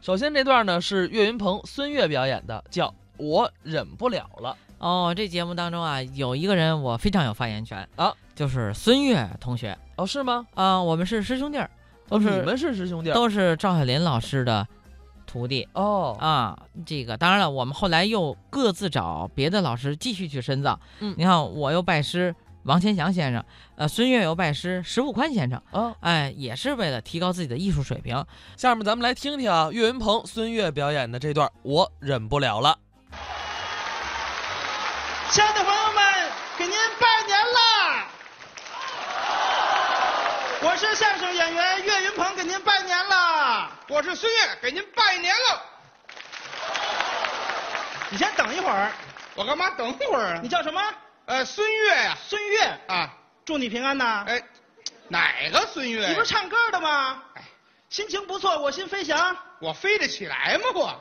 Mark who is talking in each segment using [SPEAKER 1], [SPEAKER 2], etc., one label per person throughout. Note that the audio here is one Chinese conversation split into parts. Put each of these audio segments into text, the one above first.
[SPEAKER 1] 首先这段呢是岳云鹏、孙越表演的，叫《我忍不了了
[SPEAKER 2] 哦，这节目当中啊，有一个人我非常有发言权
[SPEAKER 1] 啊，
[SPEAKER 2] 就是孙越同学》。
[SPEAKER 1] 哦，是吗？
[SPEAKER 2] 啊、我们是师兄弟儿，
[SPEAKER 1] 哦，
[SPEAKER 2] 都
[SPEAKER 1] 你
[SPEAKER 2] 是、
[SPEAKER 1] 们是师兄弟儿
[SPEAKER 2] 都是赵小林老师的徒弟
[SPEAKER 1] 哦，
[SPEAKER 2] 啊。这个当然了，我们后来又各自找别的老师继续去深造。
[SPEAKER 1] 嗯
[SPEAKER 2] 你看我又拜师王千祥先生，呃，孙越又拜师石富宽先生，
[SPEAKER 1] 啊，
[SPEAKER 2] 哎，也是为了提高自己的艺术水平。
[SPEAKER 1] 下面咱们来听听啊，岳云鹏、孙越表演的这段《我忍不了了
[SPEAKER 3] 亲爱的朋友们，给您拜年啦！我是相声演员岳云鹏，给您拜年啦！我是孙越，给您拜年了。你先等一会儿，
[SPEAKER 4] 我干嘛等会儿啊？
[SPEAKER 3] 你叫什么？
[SPEAKER 4] 呃，孙越呀、
[SPEAKER 3] 孙越，
[SPEAKER 4] 啊？
[SPEAKER 3] 祝你平安呐！
[SPEAKER 4] 哎，哪个孙越呀？
[SPEAKER 3] 你不是唱歌的吗？
[SPEAKER 4] 哎
[SPEAKER 3] 心情不错，我心飞翔。
[SPEAKER 4] 我飞得起来吗？我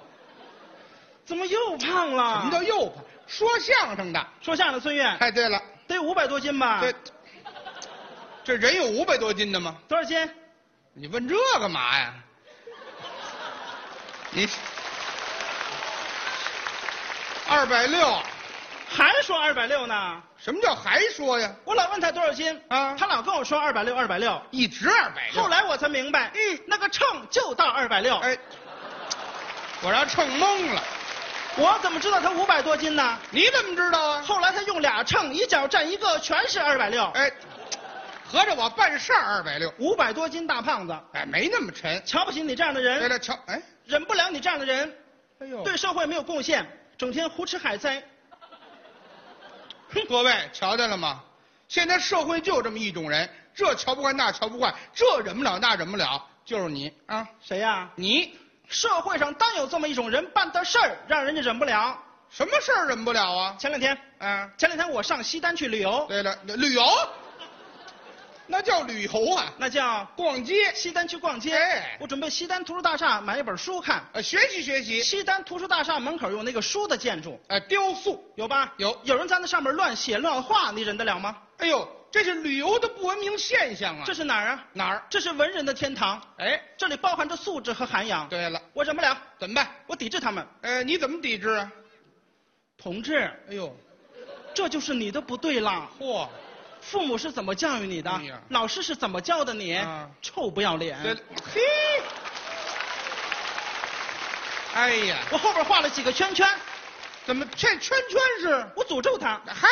[SPEAKER 3] 怎么又胖
[SPEAKER 4] 什
[SPEAKER 3] 了？
[SPEAKER 4] 么叫又胖？说相声的。
[SPEAKER 3] 说相声的孙越
[SPEAKER 4] 哎，对了，
[SPEAKER 3] 得五百多斤吧？
[SPEAKER 4] 这这人有五百多斤的吗？
[SPEAKER 3] 多少斤？
[SPEAKER 4] 你问这干嘛呀？你二百六，
[SPEAKER 3] 还说二百六呢？
[SPEAKER 4] 什么叫还说呀？
[SPEAKER 3] 我老问他多少斤
[SPEAKER 4] 啊哎
[SPEAKER 3] 他老跟我说二百六，二百六。
[SPEAKER 4] 一直二百六。
[SPEAKER 3] 后来我才明白，嗯，那个秤就到二百六。
[SPEAKER 4] 哎，我让秤懵了。
[SPEAKER 3] 我怎么知道他五百多斤呢？
[SPEAKER 4] 你怎么知道啊？
[SPEAKER 3] 后来他用俩秤，一脚站一个，全是二百六。
[SPEAKER 4] 哎，合着我办事儿二百六。
[SPEAKER 3] 五百多斤大胖子，
[SPEAKER 4] 哎，没那么沉。
[SPEAKER 3] 瞧不起你这样的
[SPEAKER 4] 对
[SPEAKER 3] 人，
[SPEAKER 4] 了，瞧，哎，
[SPEAKER 3] 忍不了你这样的人，
[SPEAKER 4] 哎呦，
[SPEAKER 3] 对社会没有贡献，整天胡吃海塞。
[SPEAKER 4] 各位瞧见了吗？现在社会就这么一种人，这瞧不惯，那瞧不惯，这忍不了，那忍不了，就是你啊，
[SPEAKER 3] 谁呀、
[SPEAKER 4] 你
[SPEAKER 3] 社会上单有这么一种人办的事儿，让人家忍不了。
[SPEAKER 4] 什么事儿忍不了啊？
[SPEAKER 3] 前两天，
[SPEAKER 4] 啊，
[SPEAKER 3] 前两天我上西单去旅游，
[SPEAKER 4] 对了，旅游，那叫旅游啊，
[SPEAKER 3] 那叫
[SPEAKER 4] 逛街，
[SPEAKER 3] 西单去逛街。
[SPEAKER 4] 哎
[SPEAKER 3] 我准备西单图书大厦买一本书看。
[SPEAKER 4] 呃，学习学习，
[SPEAKER 3] 西单图书大厦门口有那个书的建筑，
[SPEAKER 4] 呃，雕塑，
[SPEAKER 3] 有吧？
[SPEAKER 4] 有
[SPEAKER 3] 有人在那上面乱写乱画，你忍得了吗？
[SPEAKER 4] 哎呦，这是旅游的不文明现象啊，
[SPEAKER 3] 这是哪儿啊？
[SPEAKER 4] 哪儿？
[SPEAKER 3] 这是文人的天堂，
[SPEAKER 4] 哎，
[SPEAKER 3] 这里包含着素质和涵养。
[SPEAKER 4] 对了，
[SPEAKER 3] 我忍不了，
[SPEAKER 4] 怎么办？
[SPEAKER 3] 我抵制他们。
[SPEAKER 4] 呃，你怎么抵制啊？
[SPEAKER 3] 同志，
[SPEAKER 4] 哎呦，
[SPEAKER 3] 这就是你的不对了。
[SPEAKER 4] 嚯，
[SPEAKER 3] 父母是怎么教育你的？
[SPEAKER 4] 哎呀
[SPEAKER 3] 老师是怎么教的你？
[SPEAKER 4] 啊
[SPEAKER 3] 臭不要脸！
[SPEAKER 4] 对了，嘿，哎呀，
[SPEAKER 3] 我后边画了几个圈圈，
[SPEAKER 4] 怎么这圈圈是？
[SPEAKER 3] 我诅咒他。
[SPEAKER 4] 嗨，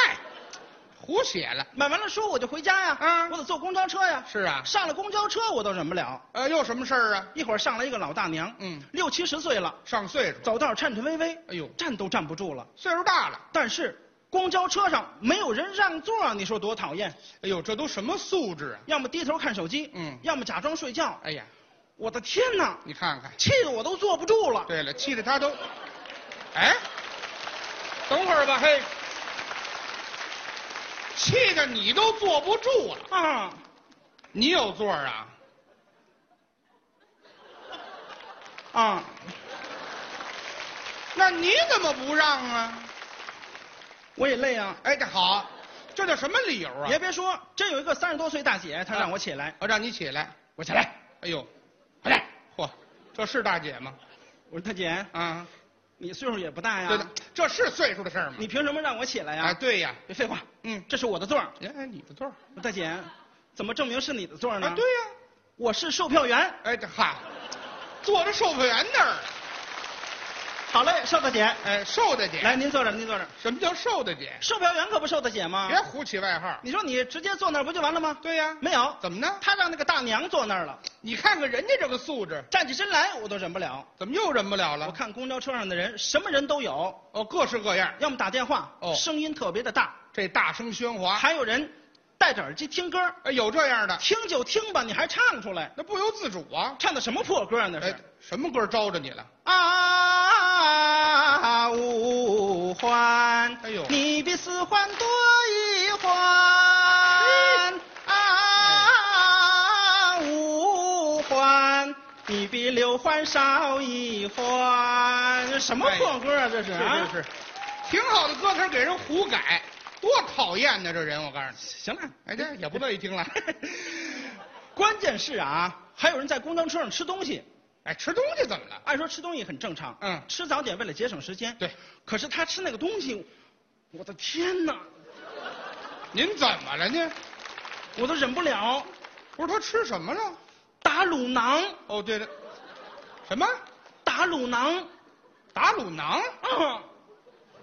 [SPEAKER 4] 胡写了。
[SPEAKER 3] 买完了书我就回家呀，
[SPEAKER 4] 啊
[SPEAKER 3] 我得坐公交车呀。
[SPEAKER 4] 是啊
[SPEAKER 3] 上了公交车我都忍不了。
[SPEAKER 4] 呃，又什么事儿啊？
[SPEAKER 3] 一会儿上来一个老大娘，
[SPEAKER 4] 嗯
[SPEAKER 3] 六七十岁了，
[SPEAKER 4] 上岁数，
[SPEAKER 3] 走道颤颤巍巍，
[SPEAKER 4] 哎呦
[SPEAKER 3] 站都站不住了。
[SPEAKER 4] 岁数大了。
[SPEAKER 3] 但是公交车上没有人让座啊，你说多讨厌？
[SPEAKER 4] 哎呦，这都什么素质啊？
[SPEAKER 3] 要么低头看手机，
[SPEAKER 4] 嗯
[SPEAKER 3] 要么假装睡觉。
[SPEAKER 4] 哎呀，
[SPEAKER 3] 我的天哪，
[SPEAKER 4] 你看看。
[SPEAKER 3] 气得我都坐不住了。
[SPEAKER 4] 对了，气得他都……哎，等会儿吧，嘿，气得你都坐不住了。
[SPEAKER 3] 啊，
[SPEAKER 4] 你有座儿啊？
[SPEAKER 3] 啊，
[SPEAKER 4] 那你怎么不让啊？
[SPEAKER 3] 我也累啊。
[SPEAKER 4] 哎，这好，这叫什么理由啊？
[SPEAKER 3] 也别说，真有一个三十多岁大姐，她
[SPEAKER 4] 啊
[SPEAKER 3] 让我起来，
[SPEAKER 4] 我让你起来，
[SPEAKER 3] 我起来。
[SPEAKER 4] 哎呦，回来，嚯，这是大姐吗？
[SPEAKER 3] 我说大姐，
[SPEAKER 4] 啊，
[SPEAKER 3] 你岁数也不大呀
[SPEAKER 4] 对，的，这是岁数的事儿吗？
[SPEAKER 3] 啊你凭什么让我起来呀？
[SPEAKER 4] 啊，对呀，
[SPEAKER 3] 别废话，
[SPEAKER 4] 嗯，
[SPEAKER 3] 这是我的座儿。
[SPEAKER 4] 哎，你的座儿
[SPEAKER 3] 我说大姐，怎么证明是你的座儿呢？
[SPEAKER 4] 啊，对，呀，
[SPEAKER 3] 我是售票员。
[SPEAKER 4] 哎，这哈，坐着售票员那儿，
[SPEAKER 3] 好嘞，瘦大姐，
[SPEAKER 4] 哎，瘦大姐，
[SPEAKER 3] 来，您坐这儿，您坐这儿。
[SPEAKER 4] 什么叫瘦大姐？
[SPEAKER 3] 售票员可不瘦大姐吗？
[SPEAKER 4] 别胡起外号。
[SPEAKER 3] 啊你说你直接坐那儿不就完了吗？
[SPEAKER 4] 对呀，
[SPEAKER 3] 没有，
[SPEAKER 4] 怎么呢？
[SPEAKER 3] 他让那个大娘坐那儿了，
[SPEAKER 4] 你看看人家这个素质，
[SPEAKER 3] 站起身来我都忍不了。
[SPEAKER 4] 怎么又忍不了
[SPEAKER 3] 我
[SPEAKER 4] 了？
[SPEAKER 3] 看公交车上的人，什么人都有，
[SPEAKER 4] 哦，各式各样，
[SPEAKER 3] 要么打电话，
[SPEAKER 4] 哦
[SPEAKER 3] 声音特别的大，
[SPEAKER 4] 这大声喧哗，
[SPEAKER 3] 还有人戴着耳机听歌，
[SPEAKER 4] 哎，有这样的，
[SPEAKER 3] 听就听吧，你还唱出来，
[SPEAKER 4] 那不由自主啊。
[SPEAKER 3] 唱的什么破歌啊？那是、
[SPEAKER 4] 哎，什么歌招着你了？
[SPEAKER 3] 啊，五环，
[SPEAKER 4] 哎呦
[SPEAKER 3] 你比四环多一环，啊，五环，你比六环少一环，什么破歌啊？这是啊，
[SPEAKER 4] 哎是是，挺好的歌词儿给人胡改，多讨厌呢！这人我告诉你，
[SPEAKER 3] 行了，
[SPEAKER 4] 哎，这也不乐意听了。
[SPEAKER 3] 关键是啊，还有人在公交车上吃东西，
[SPEAKER 4] 哎，吃东西怎么了？
[SPEAKER 3] 按说吃东西很正常，
[SPEAKER 4] 嗯
[SPEAKER 3] 吃早点为了节省时间。
[SPEAKER 4] 对，
[SPEAKER 3] 可是他吃那个东西，我的天哪，
[SPEAKER 4] 您怎么了呢？
[SPEAKER 3] 我都忍不了。
[SPEAKER 4] 不是他吃什么了？
[SPEAKER 3] 打卤囊，
[SPEAKER 4] 哦，对了，什么
[SPEAKER 3] 打卤囊，
[SPEAKER 4] 打卤囊？
[SPEAKER 3] 啊，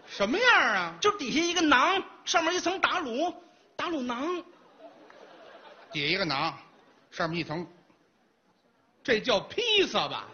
[SPEAKER 4] 什么样啊？
[SPEAKER 3] 就底下一个囊，上面一层打卤，打卤囊，
[SPEAKER 4] 底下一个囊，上面一层，这叫披萨吧？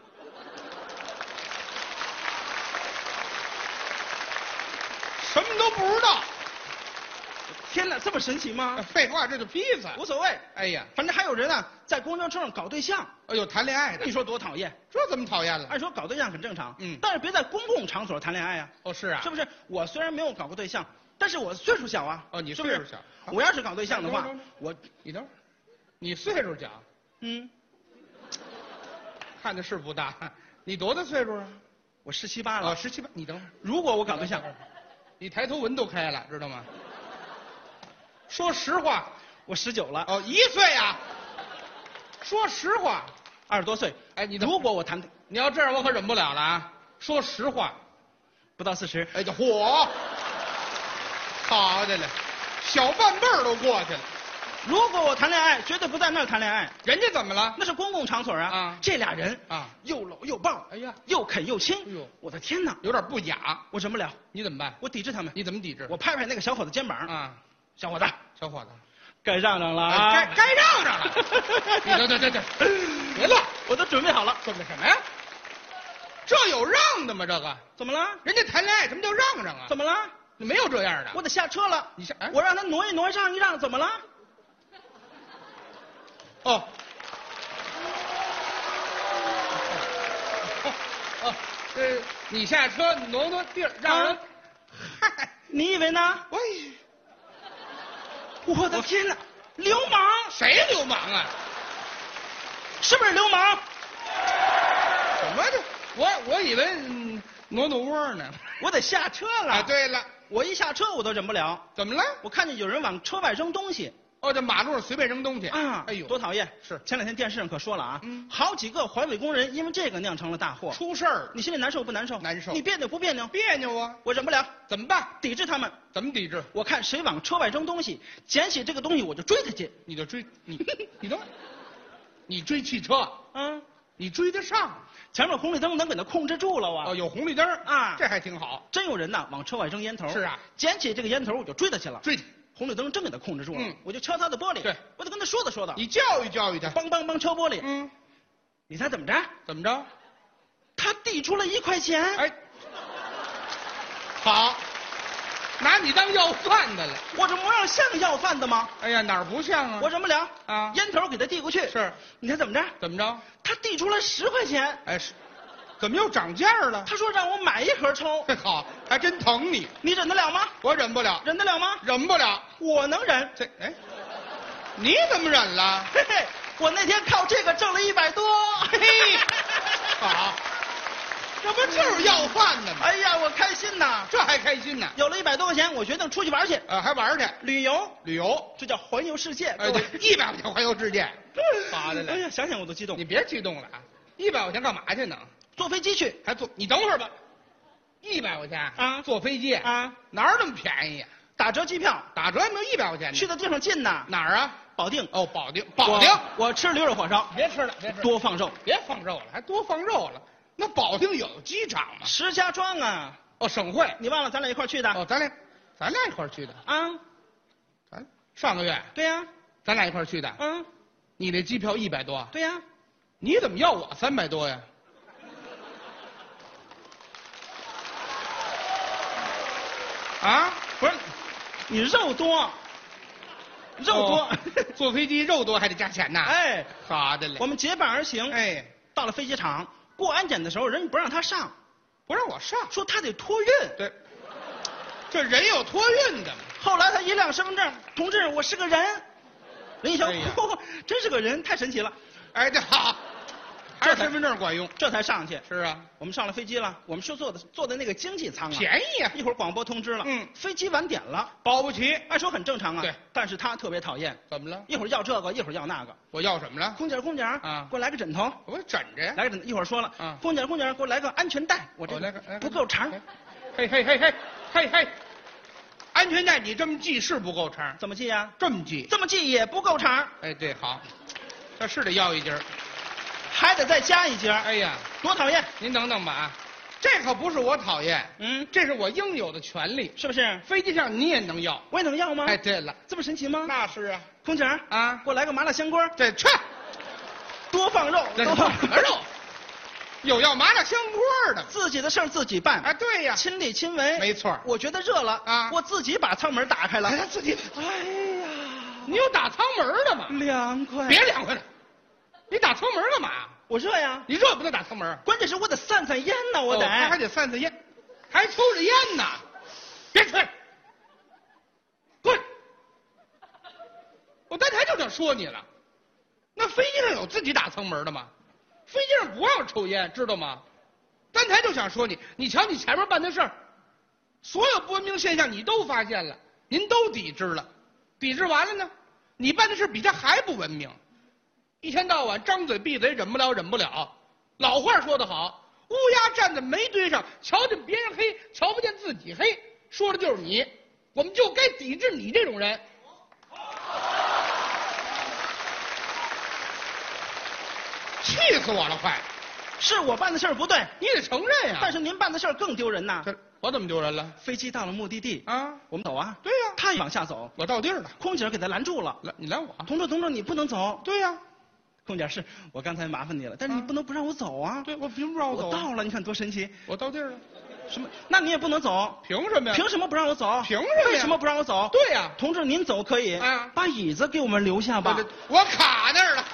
[SPEAKER 4] 什么都不知道，哎
[SPEAKER 3] 天哪，这么神奇吗？
[SPEAKER 4] 废话，这就披萨
[SPEAKER 3] 无。所谓，
[SPEAKER 4] 哎呀，
[SPEAKER 3] 反正还有人啊，在公交车上搞对象，
[SPEAKER 4] 哎呦，谈恋爱的
[SPEAKER 3] 你，说多讨厌？
[SPEAKER 4] 这怎么讨厌了？
[SPEAKER 3] 按说搞对象很正常，
[SPEAKER 4] 嗯
[SPEAKER 3] 但是别在公共场所谈恋爱啊，
[SPEAKER 4] 哦，是啊
[SPEAKER 3] 是，不是？我虽然没有搞过对象，但是我岁数小啊。
[SPEAKER 4] 哦你
[SPEAKER 3] 是不是
[SPEAKER 4] 岁数小啊
[SPEAKER 3] 我要是搞对象的话
[SPEAKER 4] 哎等会儿，
[SPEAKER 3] 我
[SPEAKER 4] 你等会儿，你岁数小，
[SPEAKER 3] 嗯，
[SPEAKER 4] 看的是不大，你多大岁数啊？
[SPEAKER 3] 我十七八
[SPEAKER 4] 哦，
[SPEAKER 3] 了。
[SPEAKER 4] 十七八。你等会儿，
[SPEAKER 3] 如果我搞对象，
[SPEAKER 4] 你抬头纹都开了，知道吗？说实话，
[SPEAKER 3] 我十九了，
[SPEAKER 4] 哦，一岁啊。说实话，
[SPEAKER 3] 二十多岁。
[SPEAKER 4] 哎，你等会
[SPEAKER 3] 如
[SPEAKER 4] 儿
[SPEAKER 3] 果我谈
[SPEAKER 4] 你要这样，我可忍不了了啊！说实话，
[SPEAKER 3] 不到四十，
[SPEAKER 4] 哎呀，火，好的嘞，小半辈儿都过去了，
[SPEAKER 3] 如果我谈恋爱，绝对不在那儿谈恋爱，
[SPEAKER 4] 人家怎么了？
[SPEAKER 3] 那是公共场所啊。
[SPEAKER 4] 啊
[SPEAKER 3] 这俩人
[SPEAKER 4] 啊，
[SPEAKER 3] 又搂又抱，
[SPEAKER 4] 哎呀，
[SPEAKER 3] 又啃又
[SPEAKER 4] 哎
[SPEAKER 3] 亲
[SPEAKER 4] 呦，
[SPEAKER 3] 我的天哪，
[SPEAKER 4] 有点不雅，
[SPEAKER 3] 我忍不了，
[SPEAKER 4] 你怎么办？
[SPEAKER 3] 我抵制他们。
[SPEAKER 4] 你怎么抵制？
[SPEAKER 3] 我拍拍那个小伙子肩膀，
[SPEAKER 4] 啊，
[SPEAKER 3] 小伙子，
[SPEAKER 4] 小伙子，
[SPEAKER 3] 该让让了啊，
[SPEAKER 4] 哎该该让 让了。你等等等等，别乱，
[SPEAKER 3] 我都准备好了。
[SPEAKER 4] 怎么什么呀？这有让的吗？这个
[SPEAKER 3] 怎么了？
[SPEAKER 4] 人家谈恋爱什么叫让啊让啊？
[SPEAKER 3] 怎么了？
[SPEAKER 4] 没有这样的？
[SPEAKER 3] 我得下车了。
[SPEAKER 4] 你下哎
[SPEAKER 3] 我让他挪一挪，让一让，怎么了？
[SPEAKER 4] 哦。哦，呃，你下车挪挪地儿，让人
[SPEAKER 3] 啊。
[SPEAKER 4] 嗨，
[SPEAKER 3] 你以为呢？
[SPEAKER 4] 喂，
[SPEAKER 3] 我的天哪！流氓
[SPEAKER 4] 谁流氓啊？
[SPEAKER 3] 是不是流氓？
[SPEAKER 4] 什么这？我我以为嗯挪挪窝呢。
[SPEAKER 3] 我得下车了。
[SPEAKER 4] 啊，，对了，
[SPEAKER 3] 我一下车我都忍不了，
[SPEAKER 4] 怎么了？
[SPEAKER 3] 我看见有人往车外扔东西
[SPEAKER 4] 哦，这马路上随便扔东西
[SPEAKER 3] 啊！
[SPEAKER 4] 哎呦，
[SPEAKER 3] 多讨厌！
[SPEAKER 4] 是
[SPEAKER 3] 前两天电视上可说了啊，
[SPEAKER 4] 嗯
[SPEAKER 3] 好几个环卫工人因为这个酿成了大祸。
[SPEAKER 4] 出事儿了，
[SPEAKER 3] 你心里难受不难受？
[SPEAKER 4] 难受
[SPEAKER 3] 你别扭不别扭？
[SPEAKER 4] 别扭啊！
[SPEAKER 3] 我忍不了，
[SPEAKER 4] 怎么办？
[SPEAKER 3] 抵制他们。
[SPEAKER 4] 怎么抵制？
[SPEAKER 3] 我看谁往车外扔东西，捡起这个东西我就追他去。
[SPEAKER 4] 你就追你，你等会儿，你追汽车，
[SPEAKER 3] 嗯，
[SPEAKER 4] 你追得上
[SPEAKER 3] 前面红绿灯能给他控制住了啊。
[SPEAKER 4] 哦，有红绿灯儿
[SPEAKER 3] 啊
[SPEAKER 4] 这还挺好，
[SPEAKER 3] 真有人呐往车外扔烟头。
[SPEAKER 4] 是啊，
[SPEAKER 3] 捡起这个烟头我就追他去了。
[SPEAKER 4] 追去。
[SPEAKER 3] 红绿灯真给他控制住了，
[SPEAKER 4] 嗯
[SPEAKER 3] 我就敲他的玻璃。
[SPEAKER 4] 对，
[SPEAKER 3] 我得跟他说道说道。
[SPEAKER 4] 你教育教育他。
[SPEAKER 3] 梆梆梆敲玻璃，
[SPEAKER 4] 嗯，
[SPEAKER 3] 你猜怎么着？
[SPEAKER 4] 怎么着？
[SPEAKER 3] 他递出了一块钱。
[SPEAKER 4] 哎，好，拿你当要饭的了。
[SPEAKER 3] 我这模样像要饭的吗？
[SPEAKER 4] 哎呀，哪儿不像啊？
[SPEAKER 3] 我忍不了
[SPEAKER 4] 啊
[SPEAKER 3] 烟头给他递过去。
[SPEAKER 4] 是，
[SPEAKER 3] 你猜怎么着？
[SPEAKER 4] 怎么着？
[SPEAKER 3] 他递出了十块钱，
[SPEAKER 4] 哎，是，怎么又涨价了？
[SPEAKER 3] 他说让我买一盒抽，
[SPEAKER 4] 嘿，好，还真疼你，
[SPEAKER 3] 你忍得了吗？
[SPEAKER 4] 我忍不了，
[SPEAKER 3] 忍得了吗？
[SPEAKER 4] 忍不了。
[SPEAKER 3] 我能忍。
[SPEAKER 4] 这哎，你怎么忍了？
[SPEAKER 3] 嘿嘿，我那天靠这个挣了一百多。嘿
[SPEAKER 4] 嘿， 好，这不就是要饭的吗？
[SPEAKER 3] 哎呀，我开心呐！
[SPEAKER 4] 这还开心呢？
[SPEAKER 3] 有了一百多块钱，我决定出去玩去，
[SPEAKER 4] 呃，还玩儿去
[SPEAKER 3] 旅游，
[SPEAKER 4] 旅游？
[SPEAKER 3] 这叫环游世界。
[SPEAKER 4] 哎，
[SPEAKER 3] 各
[SPEAKER 4] 对
[SPEAKER 3] 位，
[SPEAKER 4] 一百块钱环游 世界，好的
[SPEAKER 3] 哎
[SPEAKER 4] 嘞。
[SPEAKER 3] 呀，想想我都激动
[SPEAKER 4] 你。别激动了啊！一百块钱干嘛去呢？
[SPEAKER 3] 坐飞机去
[SPEAKER 4] 还坐？你等会儿吧。一百块钱
[SPEAKER 3] 啊
[SPEAKER 4] 坐飞机
[SPEAKER 3] 啊，
[SPEAKER 4] 哪儿那么便宜啊？
[SPEAKER 3] 打折机票，
[SPEAKER 4] 打折也没有一百块钱呢。
[SPEAKER 3] 去的地方近呐，
[SPEAKER 4] 哪儿啊？
[SPEAKER 3] 保定。
[SPEAKER 4] 哦，保定，哎保定。哎
[SPEAKER 3] 我，我吃驴肉火烧，
[SPEAKER 4] 别吃了，别吃了，
[SPEAKER 3] 多放肉。
[SPEAKER 4] 别放肉了，还多放肉了。那保定有机场吗？
[SPEAKER 3] 石家庄啊，
[SPEAKER 4] 哦，省会。
[SPEAKER 3] 你忘了咱俩一块儿去的
[SPEAKER 4] 哦，咱俩，咱俩一块儿去的。
[SPEAKER 3] 啊？
[SPEAKER 4] 咱上个月
[SPEAKER 3] 对呀，
[SPEAKER 4] 咱俩一块儿去的。
[SPEAKER 3] 啊，
[SPEAKER 4] 你那机票一百多，
[SPEAKER 3] 对呀，
[SPEAKER 4] 你怎么要我三百多呀？啊，
[SPEAKER 3] 不是，你肉多，肉多
[SPEAKER 4] 哦。 坐飞机肉多还得加钱呐。，
[SPEAKER 3] 哎，
[SPEAKER 4] 好的嘞。
[SPEAKER 3] 我们结伴而行。
[SPEAKER 4] 哎，
[SPEAKER 3] 到了飞机场过安检的时候，人家不让他上，
[SPEAKER 4] 不让我上。
[SPEAKER 3] 说他得托运。
[SPEAKER 4] 对，这人有托运的嘛。
[SPEAKER 3] 后来他一亮身份证，同志，我是个人。人一瞧，
[SPEAKER 4] 哎呀
[SPEAKER 3] 嚯、真是个人，太神奇了。
[SPEAKER 4] 哎，这好，还是身份证管用？
[SPEAKER 3] 这才上去。
[SPEAKER 4] 是啊，
[SPEAKER 3] 我们上了飞机了，我们是坐的坐的那个经济舱啊，
[SPEAKER 4] 便宜啊，
[SPEAKER 3] 一会儿广播通知了，
[SPEAKER 4] 嗯
[SPEAKER 3] 飞机晚点了，
[SPEAKER 4] 保不齐。
[SPEAKER 3] 按说很正常啊。
[SPEAKER 4] 对，
[SPEAKER 3] 但是他特别讨厌，
[SPEAKER 4] 怎么了？
[SPEAKER 3] 一会儿要这个，一会儿要那个。
[SPEAKER 4] 我要什么了？
[SPEAKER 3] 空姐，空姐，
[SPEAKER 4] 啊
[SPEAKER 3] 给我来个枕头，
[SPEAKER 4] 我枕着呀。
[SPEAKER 3] 来个枕头。一会儿说了，
[SPEAKER 4] 啊
[SPEAKER 3] 空姐，空姐，给我来个安全带，我这
[SPEAKER 4] 我哦来个来个哎
[SPEAKER 3] 不够长，
[SPEAKER 4] 嘿嘿嘿嘿嘿嘿，安全带你这么系是不够长，
[SPEAKER 3] 怎么系呀？
[SPEAKER 4] 这么系。
[SPEAKER 3] 这么系也不够长，
[SPEAKER 4] 哎，对，好，这是得要一截儿。
[SPEAKER 3] 还得再加一截儿，
[SPEAKER 4] 哎呀，
[SPEAKER 3] 多讨厌！
[SPEAKER 4] 您等等吧啊，这可不是我讨厌，
[SPEAKER 3] 嗯，
[SPEAKER 4] 这是我应有的权利。
[SPEAKER 3] 是不是？
[SPEAKER 4] 飞机上你也能要。
[SPEAKER 3] 我也能要吗？
[SPEAKER 4] 哎，对了，
[SPEAKER 3] 这么神奇吗？
[SPEAKER 4] 那是啊
[SPEAKER 3] 空姐，啊，
[SPEAKER 4] 啊，
[SPEAKER 3] 给我来个麻辣香锅，
[SPEAKER 4] 这去，
[SPEAKER 3] 多放肉，
[SPEAKER 4] 这
[SPEAKER 3] 多
[SPEAKER 4] 是
[SPEAKER 3] 放
[SPEAKER 4] 什么肉？有要麻辣香锅的。
[SPEAKER 3] 自己的事儿自己办，
[SPEAKER 4] 哎，对呀，
[SPEAKER 3] 亲力亲为。
[SPEAKER 4] 没错儿。
[SPEAKER 3] 我觉得热了
[SPEAKER 4] 啊
[SPEAKER 3] 我自己把舱门打开了。
[SPEAKER 4] 哎，自己，
[SPEAKER 3] 哎呀，
[SPEAKER 4] 你有打舱门的
[SPEAKER 3] 嗯
[SPEAKER 4] 吗？
[SPEAKER 3] 凉快！
[SPEAKER 4] 别，凉快了，你打舱门干嘛？
[SPEAKER 3] 我热呀。
[SPEAKER 4] 你热不得打舱门？啊
[SPEAKER 3] 关键是我得散散烟呢，我
[SPEAKER 4] 哦
[SPEAKER 3] 得。
[SPEAKER 4] 他还得散散烟，还抽着烟呢，别吹了，滚！我刚才就想说你了，那飞机上有自己打舱门的吗？飞机上不让抽烟，知道吗？刚才就想说你，你瞧你前面办的事儿，所有不文明现象你都发现了，您都抵制了，抵制完了呢，你办的事比他还不文明，一天到晚张嘴闭嘴，忍不了忍不了。老话说得好，乌鸦站在煤堆上，瞧见别人黑，瞧不见自己黑，说的就是你。我们就该抵制你这种人。气死我了！快，
[SPEAKER 3] 是我办的事儿不对，
[SPEAKER 4] 你得承认哎呀、
[SPEAKER 3] 但是您办的事儿更丢人呐。
[SPEAKER 4] 这我怎么丢人了？
[SPEAKER 3] 飞机到了目的地，
[SPEAKER 4] 啊，
[SPEAKER 3] 我们走啊。
[SPEAKER 4] 对呀、
[SPEAKER 3] 他也往下走，
[SPEAKER 4] 我到地儿了。
[SPEAKER 3] 空姐给他拦住了。
[SPEAKER 4] 来，你来我。
[SPEAKER 3] 同志，同志，你不能走。
[SPEAKER 4] 对呀、
[SPEAKER 3] 空姐是我刚才麻烦你了，但是你
[SPEAKER 4] 啊
[SPEAKER 3] 不能不让我走啊。
[SPEAKER 4] 对，我凭什么让我走
[SPEAKER 3] 我
[SPEAKER 4] 啊？
[SPEAKER 3] 到了，你看多神奇！
[SPEAKER 4] 我到地儿了，
[SPEAKER 3] 什么？那你也不能走，
[SPEAKER 4] 凭什么呀？
[SPEAKER 3] 凭什么不让我走？
[SPEAKER 4] 凭什么呀
[SPEAKER 3] 为什么不让我走？
[SPEAKER 4] 对呀、
[SPEAKER 3] 同志，您走可以，
[SPEAKER 4] 啊
[SPEAKER 3] 把椅子给我们留下吧
[SPEAKER 4] 我。这我卡那儿了。